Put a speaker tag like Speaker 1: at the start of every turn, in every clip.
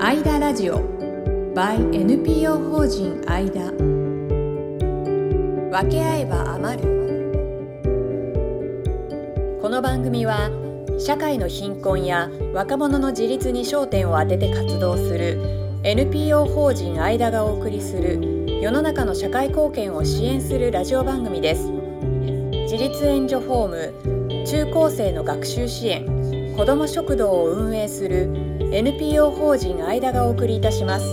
Speaker 1: アイダラジオ by NPO 法人アイダ分け合えば余るこの番組は社会の貧困や若者の自立に焦点を当てて活動する NPO 法人アイダがお送りする世の中の社会貢献を支援するラジオ番組です自立援助ホーム中高生の学習支援子ども食堂を運営する NPO 法人アイダがお送りいたします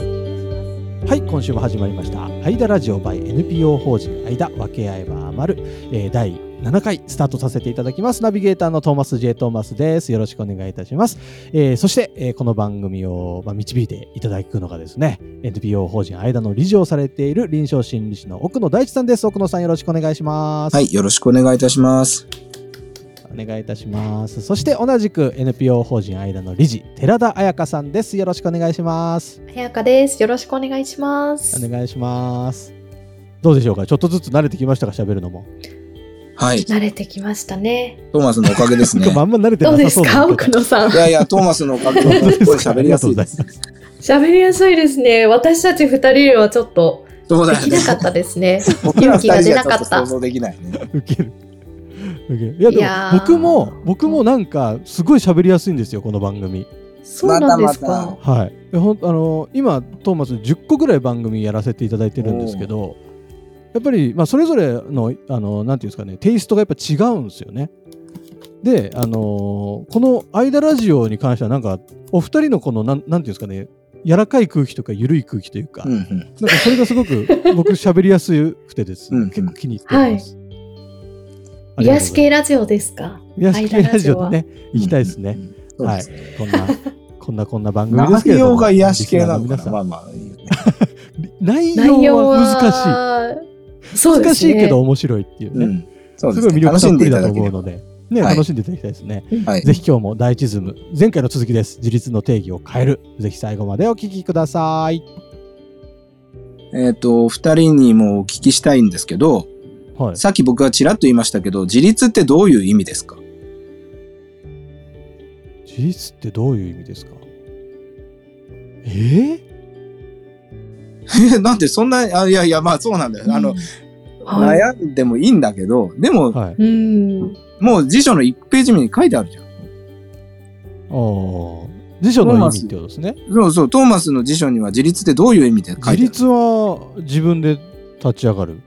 Speaker 2: はい今週も始まりました「アイダラジオ by NPO 法人アイダ分け合えば余る」えー第7回スタートさせていただきますナビゲーターのトーマス J トーマスですよろしくお願いいたします、えーそして、えーこの番組を、まあ、導いていただくのがですね NPO 法人アイダの理事をされている臨床心理士の奥野大地さんです奥野さんよろしくお願いします
Speaker 3: はい、よろしくお願いいたします。
Speaker 2: お願いいたしますそして同じく NPO 法人アイダの理事寺田彩香さんですよろしくお願いします
Speaker 4: あやかです。よろしくお願いします。
Speaker 2: お願いしますどうでしょうかちょっとずつ慣れてきましたか喋るのも
Speaker 3: はい、ト
Speaker 4: 慣れてきましたね。
Speaker 3: ーマスのおかげですね
Speaker 2: なん。かあんま慣れて
Speaker 4: どう
Speaker 2: な
Speaker 4: で
Speaker 2: さそう
Speaker 4: す
Speaker 2: な
Speaker 4: か、
Speaker 2: ん
Speaker 4: 奥
Speaker 2: けど
Speaker 4: 野さん
Speaker 3: い。やいや、トーマスのおかげ
Speaker 2: 本当
Speaker 3: です
Speaker 2: で
Speaker 3: ごい
Speaker 2: すか
Speaker 3: 喋りやす いです。
Speaker 2: ありがとうござい
Speaker 4: 喋りやすいですね。私たち二人よりはちょっと
Speaker 3: そう
Speaker 4: で
Speaker 3: だよ
Speaker 4: きな
Speaker 3: ね。
Speaker 4: かったですね。
Speaker 3: 僕ら二人じゃちょっ
Speaker 4: 勇気が出なか
Speaker 3: と
Speaker 4: った
Speaker 3: 想像できないね。
Speaker 2: ます。ウケる。ウケるいやで
Speaker 4: いや
Speaker 2: も
Speaker 4: ー
Speaker 2: 僕も僕もなんかすごい喋りやすいんですよこの番組。
Speaker 4: そうなんですか。
Speaker 3: またま
Speaker 2: はい。えほんあの今トーマス10個ぐらい番組やらせていただいてるんですけど、やっぱりまあそれぞれのあのなんていうんですかねテイストがやっぱ違うんですよね。であのーこの間ラジオに関してはなんかお二人のこのなんなんていうんですかね柔らかい空気とか緩い空気というか、
Speaker 3: うんうん。
Speaker 2: なんかそれがすごく僕喋りやすくてです、
Speaker 3: うんうん
Speaker 2: 結構気に入っております。ありがと
Speaker 4: 癒
Speaker 2: うござ
Speaker 4: し
Speaker 2: い
Speaker 4: 系ラジオですか。
Speaker 2: ます癒し系ラジオでね行きたいですね。
Speaker 3: そう
Speaker 2: は
Speaker 3: で
Speaker 2: い
Speaker 3: すね。、
Speaker 2: こんなこんなこんな番組ですけ
Speaker 3: 内
Speaker 2: れども。
Speaker 3: 容が癒し系なのか
Speaker 2: リ
Speaker 3: な
Speaker 2: スナー
Speaker 3: ま
Speaker 2: の
Speaker 3: あまあいいよね。
Speaker 2: 皆さん
Speaker 4: 内
Speaker 2: 内容
Speaker 4: 容
Speaker 2: は
Speaker 4: は
Speaker 2: 難し
Speaker 4: しい。そ
Speaker 2: い。
Speaker 4: うで
Speaker 2: 難
Speaker 4: す
Speaker 2: し
Speaker 4: ね。
Speaker 2: いけど面白いっていう
Speaker 3: う
Speaker 2: ね。
Speaker 3: ん。そうですす
Speaker 2: ごい
Speaker 3: ね。
Speaker 2: 魅力
Speaker 3: 楽した
Speaker 2: っ
Speaker 3: ん
Speaker 2: ぷ
Speaker 3: でい
Speaker 2: り
Speaker 3: た
Speaker 2: だと
Speaker 3: だけ
Speaker 2: 思う
Speaker 3: れば。
Speaker 2: ので、ね、
Speaker 3: はい
Speaker 2: 楽しんでいただきたいですね。
Speaker 3: はい。
Speaker 2: ぜひ今日も第一ズーム、前回の続きです。自立の定義を変える。ぜひ最後までお聞きください。
Speaker 3: えっと、お二人にもお聞きしたいんですけど、
Speaker 2: はい。
Speaker 3: さっき僕がちらっと言いましたけど、自立ってどういう意味ですか
Speaker 2: 自立ってどういう意味ですかえー、
Speaker 3: え、なんでそんな、あいやいや、まあそうなんだよ。あの、
Speaker 4: はい。
Speaker 3: 悩んでもいいんだけど、でも、
Speaker 2: はい。
Speaker 4: うん。
Speaker 3: もう辞書の1ページ目に書いてあるじゃん。
Speaker 2: ああ。辞書の意味ってことですね。
Speaker 3: そうそう、トーマスの辞書には自立ってどういう意味で書いてあ
Speaker 2: 自
Speaker 3: る
Speaker 2: 立は自分で立ち上がる。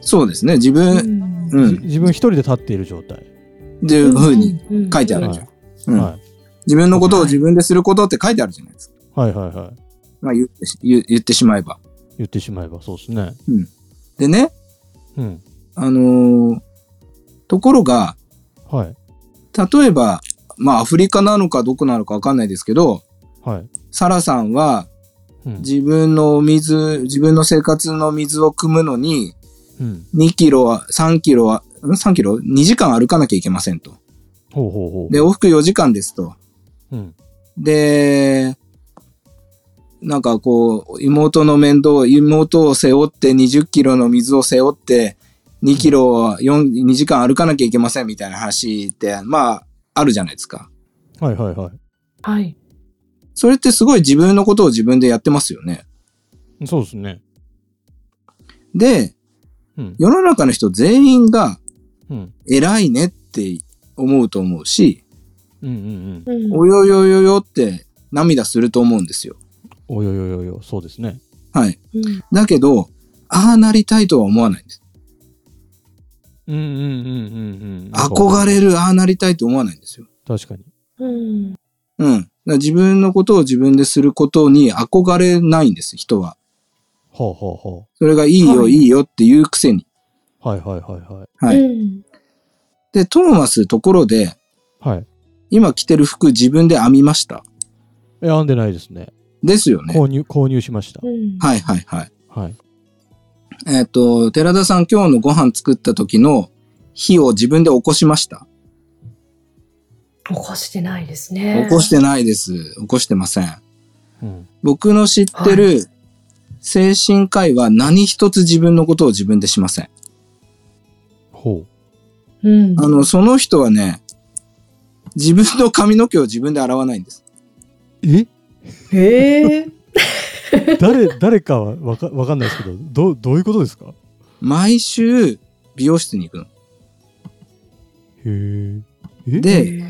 Speaker 3: そうですね、自
Speaker 4: う
Speaker 3: 分、
Speaker 4: ん
Speaker 3: うん、
Speaker 2: じ自分一人で立っている状態。
Speaker 3: っていうふうに
Speaker 4: うん
Speaker 3: 書いてある
Speaker 2: はい
Speaker 3: じゃん。うん
Speaker 2: は
Speaker 3: 自分のことを自分ですることって書いてあるじゃないですか。
Speaker 2: い。はいはいはい。
Speaker 3: まあ言ってし言言ってしまえば。
Speaker 2: 言ってしまえばそうですね。
Speaker 3: でね、
Speaker 2: うん。
Speaker 3: あのーところが、
Speaker 2: はい。
Speaker 3: 例えば、まあアフリカなのかどこなのかわかんないですけど、
Speaker 2: はい。
Speaker 3: サラさんは
Speaker 2: うん。
Speaker 3: 自分のお水、自分の生活の水を汲むのに、
Speaker 2: うん、
Speaker 3: 2キロは、3キロは、ん ?3 キロ ?2 時間歩かなきゃいけませんと。
Speaker 2: ほうほうほう。
Speaker 3: で、往復4時間ですと。
Speaker 2: うん。
Speaker 3: で、なんかこう、妹の面倒を、妹を背負って20キロの水を背負って、2キロを4 2時間歩かなきゃいけませんみたいな話って、まあ、あるじゃないですか。
Speaker 2: はいはいは
Speaker 4: はい。
Speaker 3: それってすごい自分のことを自分でやってますよね。
Speaker 2: い。そうですね。
Speaker 3: で、
Speaker 2: うん。
Speaker 3: 世の中の人全員が
Speaker 2: うん。
Speaker 3: 偉いねって思うと思うし、
Speaker 2: うんうんうん。
Speaker 4: うん
Speaker 3: およよよよって涙すると思うんですよ。
Speaker 2: およよよよ、そうですね。
Speaker 3: はい。
Speaker 4: うん
Speaker 3: だけど、ああなりたいとは思わないんです。
Speaker 2: うんうんうんうんうん。
Speaker 3: 憧れる、ああなりたいと思わないんですよ。
Speaker 2: 確かに。
Speaker 4: うん。
Speaker 3: うん。だから自分のことを自分ですることに憧れないんです、人は。
Speaker 2: ほうほうほ
Speaker 3: それがいいよ、
Speaker 4: はい。
Speaker 3: い、いよっていうくせに。
Speaker 2: う。はいはいはいはい。
Speaker 3: はいう
Speaker 4: ん
Speaker 3: で、トーマス、ところで、
Speaker 2: はい。
Speaker 3: 今着てる服自分で編みました。
Speaker 2: え、編んでないですね。
Speaker 3: ですよね。
Speaker 2: 購入、購入しました
Speaker 4: う。ん
Speaker 3: はいはいはい。
Speaker 2: はい。
Speaker 3: えっ、と、寺田さん今日のご飯作った時の火を自分で起こしました。
Speaker 4: 起こしてないですね。
Speaker 3: 起こしてないです。起こしてません。
Speaker 2: うん。
Speaker 3: 僕の知って
Speaker 4: は
Speaker 3: る精神科医は何一つ自分のことを自分でしません。
Speaker 2: ほ
Speaker 4: うん。
Speaker 3: あの、その人はね、自分の髪の毛を自分で洗わないんです。
Speaker 2: う。え
Speaker 4: へえ。
Speaker 2: 誰、誰かはわかわかんないですけど、どう、どういうことですか
Speaker 3: 毎週、美容室に行くの。
Speaker 2: へーえ。
Speaker 3: で、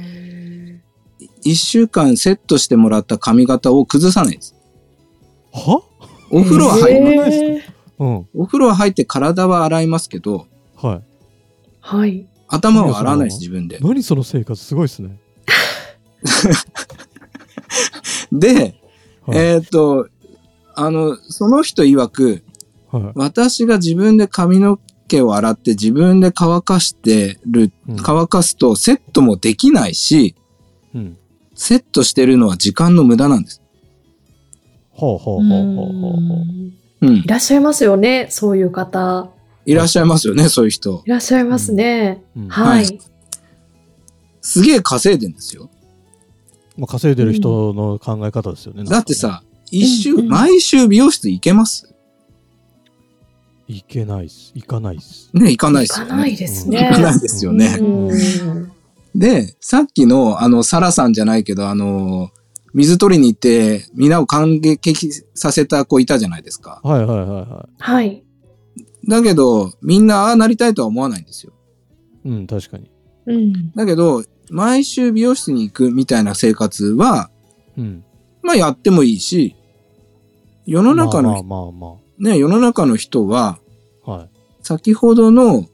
Speaker 3: 1週間セットしてもらった髪型を崩さないです。
Speaker 2: は
Speaker 3: お風呂は入
Speaker 2: え
Speaker 3: る。
Speaker 2: らないでうん。
Speaker 3: お風呂は入って体は洗いますけど、
Speaker 2: は
Speaker 4: はい。
Speaker 3: 頭は洗わないです、
Speaker 2: い
Speaker 3: 自分で
Speaker 2: い。。何その生活すごいですね。
Speaker 3: で、
Speaker 2: はい。
Speaker 3: えーっと、あの、その人曰く、
Speaker 2: は
Speaker 3: 私が自分で髪の毛を洗って自分で乾かしてる、
Speaker 2: い。うん
Speaker 3: 乾かすとセットもできないし、
Speaker 2: うん。
Speaker 3: セットしてるのは時間の無駄なんです。
Speaker 2: ほうほ
Speaker 4: う
Speaker 2: うほうほうほうほう。
Speaker 4: ん
Speaker 3: うん
Speaker 4: い。らっしゃいますよね、そういう方。
Speaker 3: いらっしゃいますよね、そういう人。
Speaker 4: いらっしゃいますね。
Speaker 2: うん
Speaker 4: は。
Speaker 3: はいすげえ稼いでんですよ。
Speaker 2: まあ、稼いでる人の考え方ですよね。
Speaker 3: だってさ、一週、
Speaker 4: うんうん
Speaker 3: 毎週美容室行けます
Speaker 2: いけないっす。行かないっす。
Speaker 3: ね、行かないで
Speaker 4: 行
Speaker 3: す
Speaker 4: か
Speaker 3: よ
Speaker 4: な
Speaker 3: ね。
Speaker 4: いです
Speaker 3: 行
Speaker 4: ね。
Speaker 3: かないですよね。
Speaker 4: うん
Speaker 3: で、さっきの、あの、サラさんじゃないけど、あの、水取りに行って、皆を感激させた子いたじゃないですか。
Speaker 2: はいはいはいは
Speaker 4: はい。
Speaker 3: だけど、みんな、ああなりたいとは思わないんですよ。
Speaker 2: い。うん、確かに。
Speaker 4: うん。
Speaker 3: だけど、毎週美容室に行くみたいな生活は、
Speaker 2: うん。
Speaker 3: まあやってもいいし、世の中の、
Speaker 2: まあまあま
Speaker 3: ね、世の中の人は、
Speaker 2: あ、まあ。はい。
Speaker 3: 先ほどの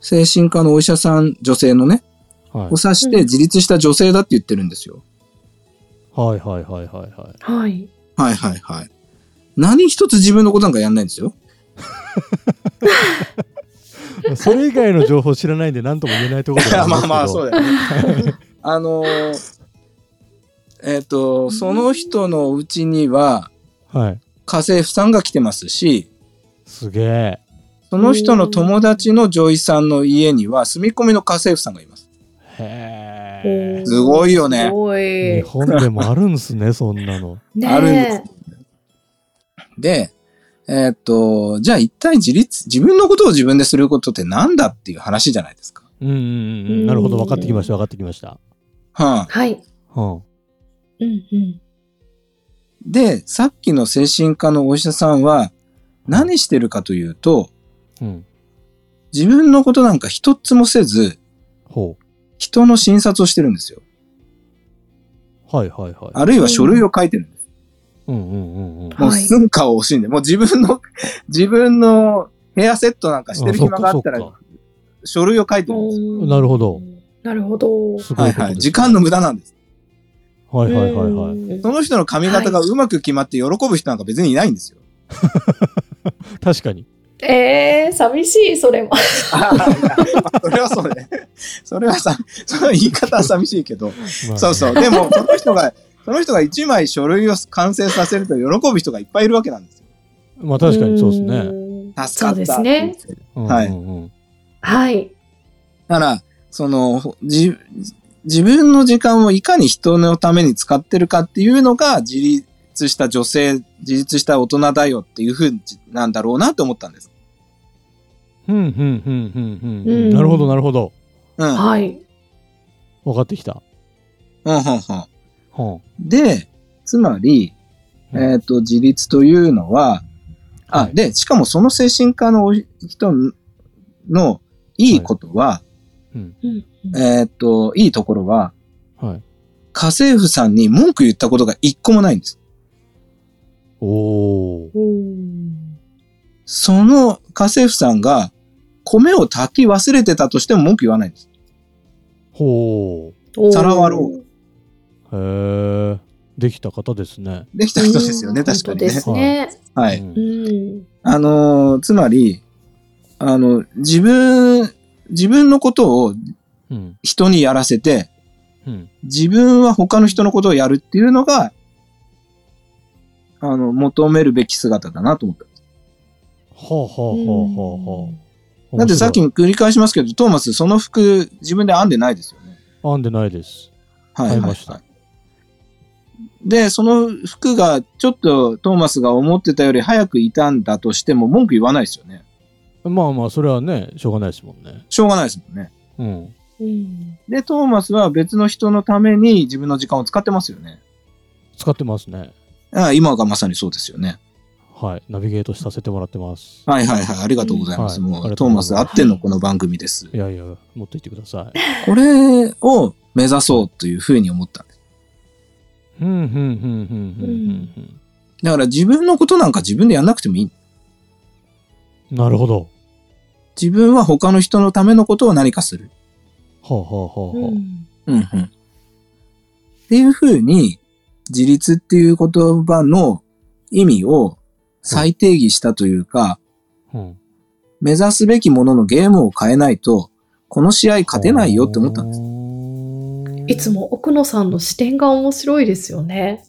Speaker 3: 精神科のお医者さん、女性のね、
Speaker 2: はい
Speaker 3: を指して自立した女性だって言ってるんですよ。
Speaker 2: はいはいはいはいはい。
Speaker 4: はい。
Speaker 3: はいはいはい。何一つ自分のことなんかやんないんですよ。
Speaker 2: それ以外の情報知らないんで何とも言えないところ
Speaker 3: いや、 まあまあ、
Speaker 2: う
Speaker 3: そうだよね。 あのーえっ、と、その人のうちには、
Speaker 2: はい。
Speaker 3: 家政婦さんが来てますし、
Speaker 2: すげえ。
Speaker 3: その人の友達の女医さんの家には、住み込みの家政婦さんがいます。
Speaker 2: へ
Speaker 4: おー
Speaker 2: え。
Speaker 3: すごいよね
Speaker 4: すご
Speaker 2: 日
Speaker 4: い。
Speaker 2: 本でもあるん すね、そんなの。
Speaker 4: ね
Speaker 3: あるんですで、えっ、と、じゃあ一体自立、自分のことを自分ですることってなんだっていう話じゃないですか。
Speaker 2: うんうんうんうん。なるほど、分かってきました、分かってきました。
Speaker 3: はあ、
Speaker 4: はい。
Speaker 2: うん。
Speaker 4: うんうん。
Speaker 3: で、さっきの精神科のお医者さんは、何してるかというと、
Speaker 2: うん。
Speaker 3: 自分のことなんか一つもせず、
Speaker 2: ほ
Speaker 3: 人の診察をしてるんですよ。
Speaker 2: う。はいはいはい。
Speaker 3: あるいは書類を書いてるんです。
Speaker 2: うんうんうんうん。
Speaker 3: もう
Speaker 4: はい
Speaker 3: 寸暇を惜しんで、もう自分の、 自分のヘアセットなんかしてる
Speaker 2: あそっ
Speaker 3: 暇
Speaker 2: か
Speaker 3: があったら
Speaker 2: そっか、
Speaker 3: 書類を書いてるんですよ。
Speaker 2: なるほど。
Speaker 4: なるほど。
Speaker 2: すご
Speaker 3: はいい
Speaker 2: ことですね
Speaker 3: はい。時間の無駄なんです。
Speaker 2: はいはいはいはい。
Speaker 4: い
Speaker 3: その人の髪型がうまく決まって喜ぶ人なんか別にいないんですよ。
Speaker 2: 確かに。
Speaker 4: えー、寂しい、それも。
Speaker 3: それはそうね。それはさ、その言い方は寂しいけど。
Speaker 2: まあ
Speaker 3: そうそう。でも、その人が、その人が一枚書類を完成させると喜ぶ人がいっぱいいるわけなんですよ。
Speaker 2: まあ確かにそうですね。
Speaker 4: ね
Speaker 3: 助かった。
Speaker 4: そうです
Speaker 3: ね。
Speaker 2: うんうんうん
Speaker 3: はい
Speaker 4: はい。
Speaker 3: だから、その、ほじ自分の時間をいかに人のために使ってるかっていうのが、自立した女性、自立した大人だよっていうふうなんだろうなと思ったんです。
Speaker 2: うんうんうんうんうんう
Speaker 4: うん
Speaker 2: ん。なるほどなるほど。
Speaker 3: うん。うん、うん、
Speaker 4: はい。
Speaker 2: 分かってきた。
Speaker 3: うん。
Speaker 2: ほ
Speaker 3: で、つまり、
Speaker 2: う
Speaker 3: えっ、と、自立というのは、あ、
Speaker 2: はい
Speaker 3: で、しかもその精神科のお人のいいことは、
Speaker 2: うん。
Speaker 4: うん
Speaker 3: えっ、と、いいところは、
Speaker 2: はい。
Speaker 3: 家政婦さんに文句言ったことが一個もないんです。
Speaker 2: おお。
Speaker 4: うん
Speaker 3: その家政婦さんが米を炊き忘れてたとしても文句言わないんです。
Speaker 2: ほ
Speaker 3: さらわろ
Speaker 2: う。へえ。できた方ですね。
Speaker 3: できた人ですよね、確かに
Speaker 4: 本当で
Speaker 3: ね。
Speaker 4: すね。
Speaker 3: は
Speaker 2: う
Speaker 3: い。
Speaker 2: ん
Speaker 4: うん。
Speaker 3: あのーつまり、あの、自分、自分のことを
Speaker 2: うん。
Speaker 3: 人にやらせて、
Speaker 2: うん。
Speaker 3: 自分は他の人のことをやるっていうのが、あの、求めるべき姿だなと思った。
Speaker 2: ほうほうほうほうほう。
Speaker 3: だってさっきも繰り返しますけど、トーマス、その服、自分で編んでないですよね。
Speaker 2: 編んでないです。
Speaker 3: はい
Speaker 2: 買いました
Speaker 3: で、その服がちょっとトーマスが思ってたより早く傷んだとしても文句言わないですよね。
Speaker 2: まあまあそれはねしょうがないですもんね。
Speaker 3: しょうがないですもんね。
Speaker 2: うん。
Speaker 4: うん。
Speaker 3: で、トーマスは別の人のために自分の時間を使ってますよね。
Speaker 2: 使ってますね。
Speaker 3: あ今がまさにそうですよね。
Speaker 2: はい。ナビゲートさせてもらってます。
Speaker 3: はいはいはい。ありがとうございます。
Speaker 2: うん
Speaker 3: も
Speaker 2: は
Speaker 3: う
Speaker 2: い
Speaker 3: トーマスあって
Speaker 4: は
Speaker 3: の
Speaker 4: い
Speaker 3: この番組です。
Speaker 2: いやいや、もっと言ってください。
Speaker 3: これを目指そうというふうに思ったんです。
Speaker 2: ふんふんふんふんふんふん
Speaker 3: だから自分のことなんか自分でやんなくてもいい。
Speaker 2: ふん。なるほど。
Speaker 3: 自分は他の人のためのことを何かする。
Speaker 2: はあ、はあはあは
Speaker 4: ん。
Speaker 3: うんうん。っていうふうに、自立っていう言葉の意味を再定義したというか、
Speaker 2: あうん。
Speaker 3: 目指すべきもののゲームを変えないと、この試合勝てないよって思ったんです。
Speaker 2: で
Speaker 4: いつも奥野さんの視点が面白いですよね。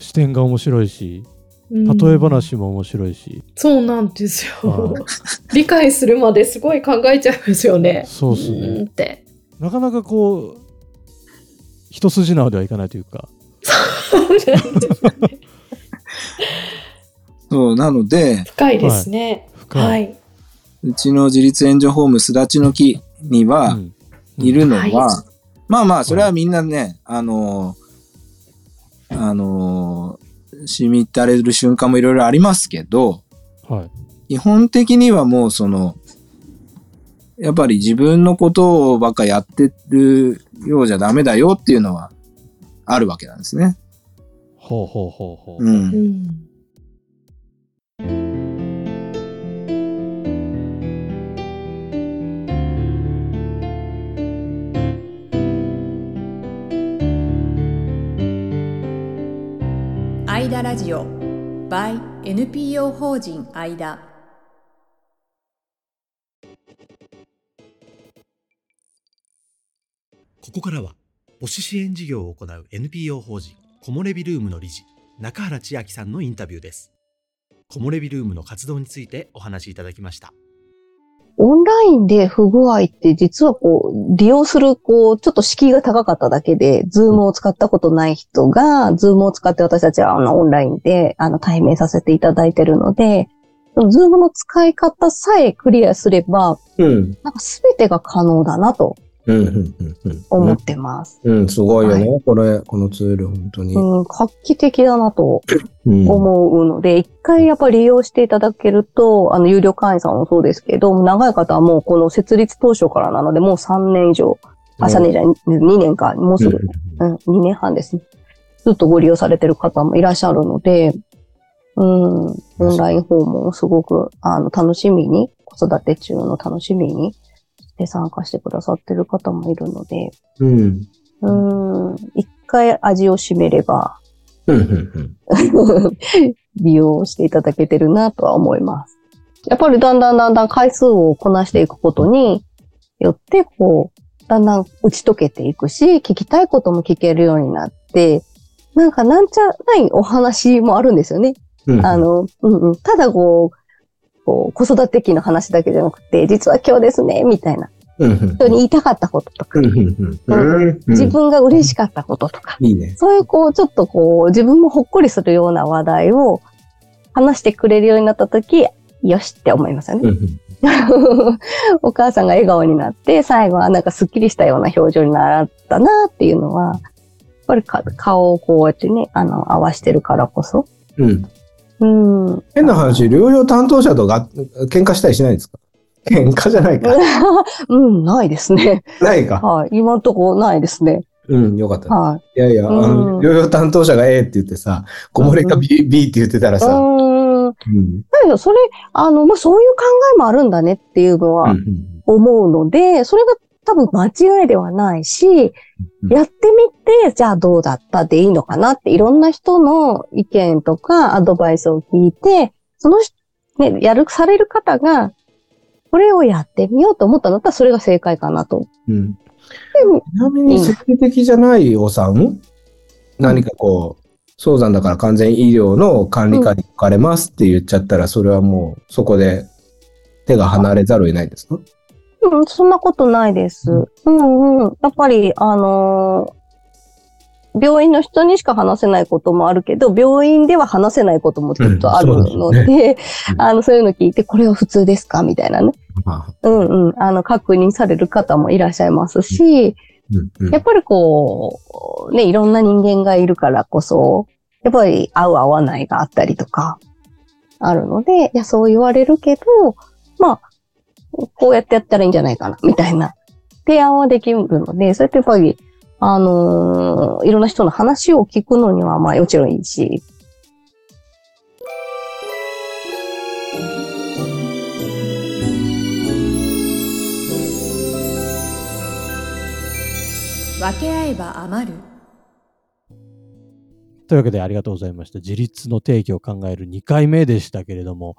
Speaker 2: 視点が面白いし、
Speaker 4: うん
Speaker 2: 例え。話も面白いし、
Speaker 4: そうなんですよ
Speaker 2: は。
Speaker 4: 理解するまですごい考えちゃいますよ ね。
Speaker 2: そうです
Speaker 4: うー
Speaker 2: ね
Speaker 4: ん。って。
Speaker 2: なかなかこう、一筋縄ではいかないというか。
Speaker 3: そう、なので、
Speaker 4: 深いですね。
Speaker 2: 深い
Speaker 4: はい。
Speaker 3: うちの自立援助ホームすだちの木には
Speaker 2: うん
Speaker 3: いるのは、
Speaker 4: は
Speaker 3: まあまあそれはみんなね、あのーあのーしみったれる瞬間もいろいろありますけど
Speaker 2: はい。
Speaker 3: 基本的にはもうそのやっぱり自分のことをばっかやってるようじゃダメだよっていうのはあるわけなんですね。
Speaker 2: ほうほうほうほう。
Speaker 3: う、
Speaker 4: うんん。
Speaker 1: アイダラジオ by NPO 法人アイダ
Speaker 5: ここからは母子支援事業を行う NPO 法人コモレビルームの理事中原千秋さんのインタビューですコモレビルームの活動についてお話しいただきました
Speaker 6: オンラインで不具合って実はこう、利用する、こう、ちょっと敷居が高かっただけで、ズームを使ったことない人が、ズームを使って私たちはあのオンラインであの対面させていただいてるので、ズームの使い方さえクリアすれば、
Speaker 7: うん。
Speaker 6: なんか全てが可能だなと
Speaker 7: うん、うん、うん。
Speaker 6: 思ってます。
Speaker 7: うん、すごいよね、
Speaker 6: は
Speaker 7: これ、このツール、本当に。
Speaker 6: うん、画期的だなと
Speaker 7: うん
Speaker 6: 思うので、一回やっぱり利用していただけると、あの、有料会員さんもそうですけど、長い方はもうこの設立当初からなので、もう3年以上、あ、3年じゃない、2年か、もうすぐ、うん、2年半ですね。ずっとご利用されてる方もいらっしゃるので、うん、オンライン訪問をすごく、あの、楽しみに、子育て中の楽しみにして参加してくださってる方もいるので、
Speaker 7: うん。うん、
Speaker 6: うん、一回味を占めれば、
Speaker 7: うん、うん。
Speaker 6: 利用していただけてるなとは思います。やっぱりだんだんだんだん回数をこなしていくことによって、こう、だんだん打ち解けていくし、聞きたいことも聞けるようになって、なんかなんちゃないお話もあるんですよね。
Speaker 7: うん
Speaker 6: あ、の、うんうん、ただこう、こう子育て期の話だけじゃなくて、実は今日ですね、みたいな。
Speaker 7: うん、うん。
Speaker 6: 人に言いたかったこととか
Speaker 7: う、ん、うん、うん。
Speaker 6: 自分が嬉しかったこととか、
Speaker 7: いいね。
Speaker 6: そういうこう、ちょっとこう、自分もほっこりするような話題を話してくれるようになったとき、よしって思いますよ
Speaker 7: う
Speaker 6: ね。
Speaker 7: ん、うん。
Speaker 6: お母さんが笑顔になって、最後はなんかスッキリしたような表情になったなっていうのは、やっぱりか顔をこうやってね、あの、合わしてるからこそ。
Speaker 7: うん、
Speaker 6: うん。
Speaker 7: 変な話、療養担当者とが喧嘩したりしないんですか喧嘩じゃないか。
Speaker 6: うん、ないですね。
Speaker 7: ないか。
Speaker 6: はい。今んとこないですね。
Speaker 7: うん、よかった。
Speaker 6: はい
Speaker 7: やいや、あ
Speaker 6: う
Speaker 7: の、
Speaker 6: ん
Speaker 7: 療養担当者が A って言ってさ、こもれが B, B って言ってたら
Speaker 6: い。う
Speaker 7: さ、
Speaker 6: ーん。
Speaker 7: うん。
Speaker 6: だけど、それ、あの、まあ、そういう考えもあるんだねっていうのは、
Speaker 7: うんうん
Speaker 6: 思うので、それが多分間違いではないし、
Speaker 7: うん
Speaker 6: やってみて、じゃあどうだったでいいのかなって、いろんな人の意見とかアドバイスを聞いて、その人、ね、やる、される方が、これをやってみようと思ったんだったら、それが正解かなと。
Speaker 7: うん
Speaker 6: でも
Speaker 7: ちなみに、生理的じゃないお産、何かこう、早産だから完全医療の管理下に置かれますって言っちゃったら、それはもう、そこで手が離れざるを得ないんですか
Speaker 6: うん、そんなことないです。うんうん。やっぱり、あのー病院の人にしか話せないこともあるけど、病院では話せないこともきっとある
Speaker 7: うんそ
Speaker 6: の
Speaker 7: うです
Speaker 6: で、
Speaker 7: よ
Speaker 6: あの、そういうの聞いて、これは普通ですかみたいなね。うんうん。あの、確認される方もいらっしゃいますし、
Speaker 7: うんうん
Speaker 6: やっぱりこう、ね、いろんな人間がいるからこそ、やっぱり合う合わないがあったりとか、あるので、いや、そう言われるけど、まあ、こうやってやったらいいんじゃないかな、みたいな提案はできるので、そうやってやっぱり、あのーいろんな人の話を聞くのには、まあ、もちろんいいし。
Speaker 1: 分け合えば余る
Speaker 2: というわけでありがとうございました。自立の定義を考える2回目でしたけれども、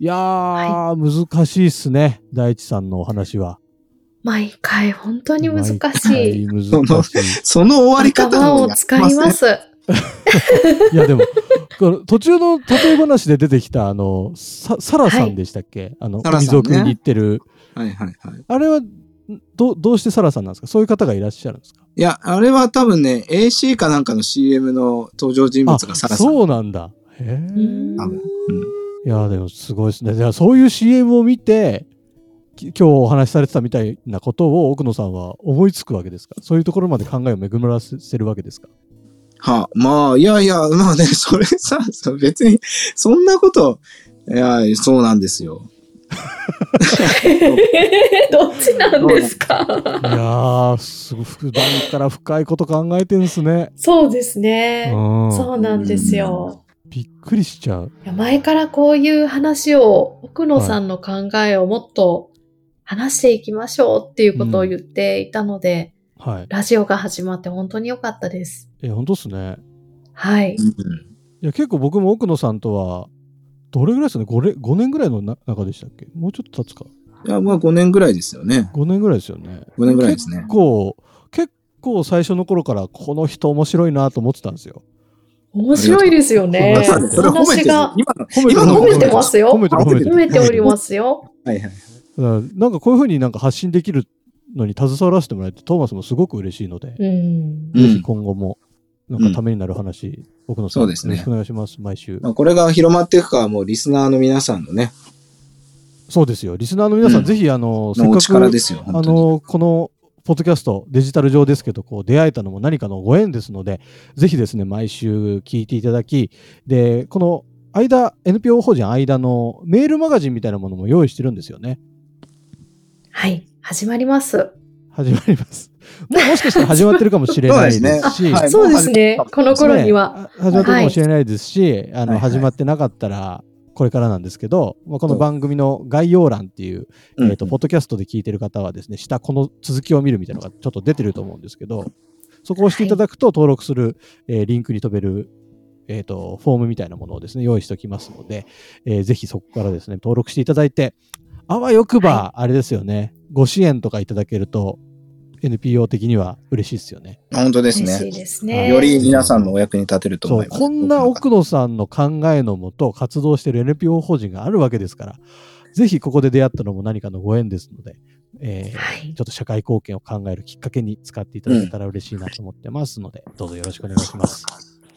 Speaker 2: いやー、難しいっすね、大地さんのお話は。
Speaker 4: 毎回本当に難しい。
Speaker 2: 毎回難しい。
Speaker 3: その終わり方
Speaker 4: 頭
Speaker 3: も。
Speaker 4: を使いますす。
Speaker 2: いやでも、この途中の例え話で出てきた、あの、さサラさんでしたっけ、あの、
Speaker 3: サラさんね
Speaker 2: 水を汲みに行ってる。
Speaker 3: はいはいはい。
Speaker 2: あれは、どどうしてサラさんなんですかそういう方がいらっしゃるんですか
Speaker 3: いや、あれは多分ね、AC かなんかの CM の登場人物がサラさん。
Speaker 2: そうなんだ。へえ。
Speaker 4: うん
Speaker 3: 多分
Speaker 2: いやでもすごいですね。じゃあそういう CM を見て、き今日お話しされてたみたいなことを奥野さんは思いつくわけですかそういうところまで考えを巡らせるわけです か
Speaker 3: はまあ、いやいや、まあね、それさ、そう別に、そんなこと、いや、そうなんですよ。
Speaker 4: どっちなんですか
Speaker 2: いやー、すごい、普段から深いこと考えてるんですね。
Speaker 4: そうですね。
Speaker 2: うん。
Speaker 4: そうなんですよ。
Speaker 2: びっくりしちゃう。
Speaker 4: いや前からこういう話を、奥野さんの考えをもっと話していきましょうっていうことを言っていたので、
Speaker 2: はい。
Speaker 4: ラジオが始まって本当に良かったです。
Speaker 2: え、本当っすね。
Speaker 4: はい。
Speaker 2: いや、結構僕も奥野さんとは、どれぐらいですかね 5, れ5年ぐらいのな中でしたっけもうちょっと経つか。
Speaker 3: いや、まあ5年ぐらいですよね。
Speaker 2: 5年ぐらいですよね。
Speaker 3: 5年ぐらいですね
Speaker 2: 結。構、結構最初の頃から、この人面白いなと思ってたんですよ。
Speaker 4: 面白いですよね。
Speaker 2: ありがとう
Speaker 3: それ褒め
Speaker 4: 話
Speaker 3: てる
Speaker 4: が。
Speaker 3: 今の
Speaker 2: 褒め
Speaker 3: 今
Speaker 4: る
Speaker 3: の
Speaker 4: 褒めてますよ
Speaker 2: 褒めてる褒めて
Speaker 4: 褒
Speaker 2: る。
Speaker 4: めておりますよ。
Speaker 3: はいはい。
Speaker 2: だからなんかこういうふうになんか発信できるのに携わらせてもらえて、トーマスもすごく嬉しいので、
Speaker 4: うん。
Speaker 3: うん
Speaker 2: ぜひ今後も、なんかためになる話、奥野さん、
Speaker 3: そうですね
Speaker 2: よろしくお願いします、毎週。
Speaker 3: まあ、これが広まっていくかはもうリスナーの皆さんのね、
Speaker 2: そうですよ。リスナーの皆さん、
Speaker 3: うん
Speaker 2: ぜひ、あの、せっ
Speaker 3: のお
Speaker 2: かく
Speaker 3: 力、ですよ、
Speaker 2: あ
Speaker 3: 本当に。
Speaker 2: の、この、ポッドキャスト、デジタル上ですけど、こう、出会えたのも何かのご縁ですので、ぜひですね、毎週聞いていただき、で、この、間、NPO 法人間のメールマガジンみたいなものも用意してるんですよね。
Speaker 4: はい。始まります。
Speaker 2: 始まります。もうもしかしたら始まってるかもしれないですし、
Speaker 3: そうですねはい
Speaker 4: そうですね
Speaker 3: もう始まっ。
Speaker 4: この頃には。
Speaker 2: ねあ始まってるかもしれないですし、あの、
Speaker 3: はいはい
Speaker 2: 始まってなかったら、これからなんですけど、まあ、この番組の概要欄っていう、えっ、と、ポッドキャストで聞いてる方はですね、下この続きを見るみたいなのがちょっと出てると思うんですけど、そこを押していただくと登録する、えーリンクに飛べる、えっ、と、フォームみたいなものをですね、用意しておきますので、えーぜひそこからですね、登録していただいて、あわよくば、あれですよね、ご支援とかいただけると、NPO 的には嬉しいですよね。
Speaker 3: 本当です
Speaker 4: 嬉しい
Speaker 3: ね。
Speaker 4: ですね。
Speaker 3: より皆さんのお役に立てると
Speaker 2: そ
Speaker 3: 思
Speaker 2: う
Speaker 3: います。
Speaker 2: こんな奥野さんの考えのもと活動している NPO 法人があるわけですから、ぜひここで出会ったのも何かのご縁ですので、えー
Speaker 4: はい
Speaker 2: ちょっと社会貢献を考えるきっかけに使っていただけたら嬉しいなと思ってますので、どうぞよろしくお願いします。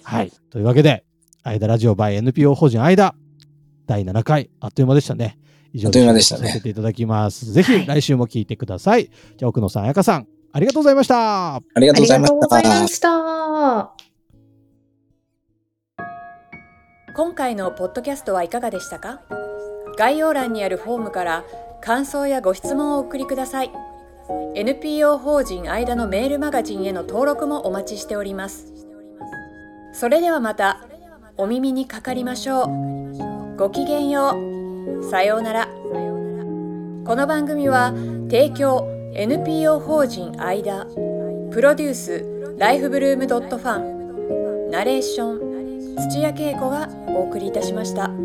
Speaker 2: はい。というわけで、アイダラジオ by NPO 法人アイダ第7回、あっという間でしたね。以上
Speaker 3: あっという間でしたね
Speaker 2: させていただきます。ぜ
Speaker 4: は
Speaker 2: ひ
Speaker 4: い
Speaker 2: 来週も聞いてください。じゃあ、奥野さん、彩香さん、ありがとうございました。
Speaker 3: ありが
Speaker 4: あ
Speaker 3: とうご
Speaker 4: り
Speaker 3: ざい
Speaker 4: が
Speaker 3: ま
Speaker 4: とうござい
Speaker 3: した
Speaker 4: ま。した。
Speaker 1: 今回のポッドキャストはいかがでしたか概要欄にあるフォームから感想やご質問をお送りください NPO 法人間のメールマガジンへの登録もお待ちしておりますそれではまたお耳にかかりましょうごきげんようさようならこの番組は提供 NPO 法人間プロデュースライフブルームドットファンナレーション土屋恵子がお送りいたしました。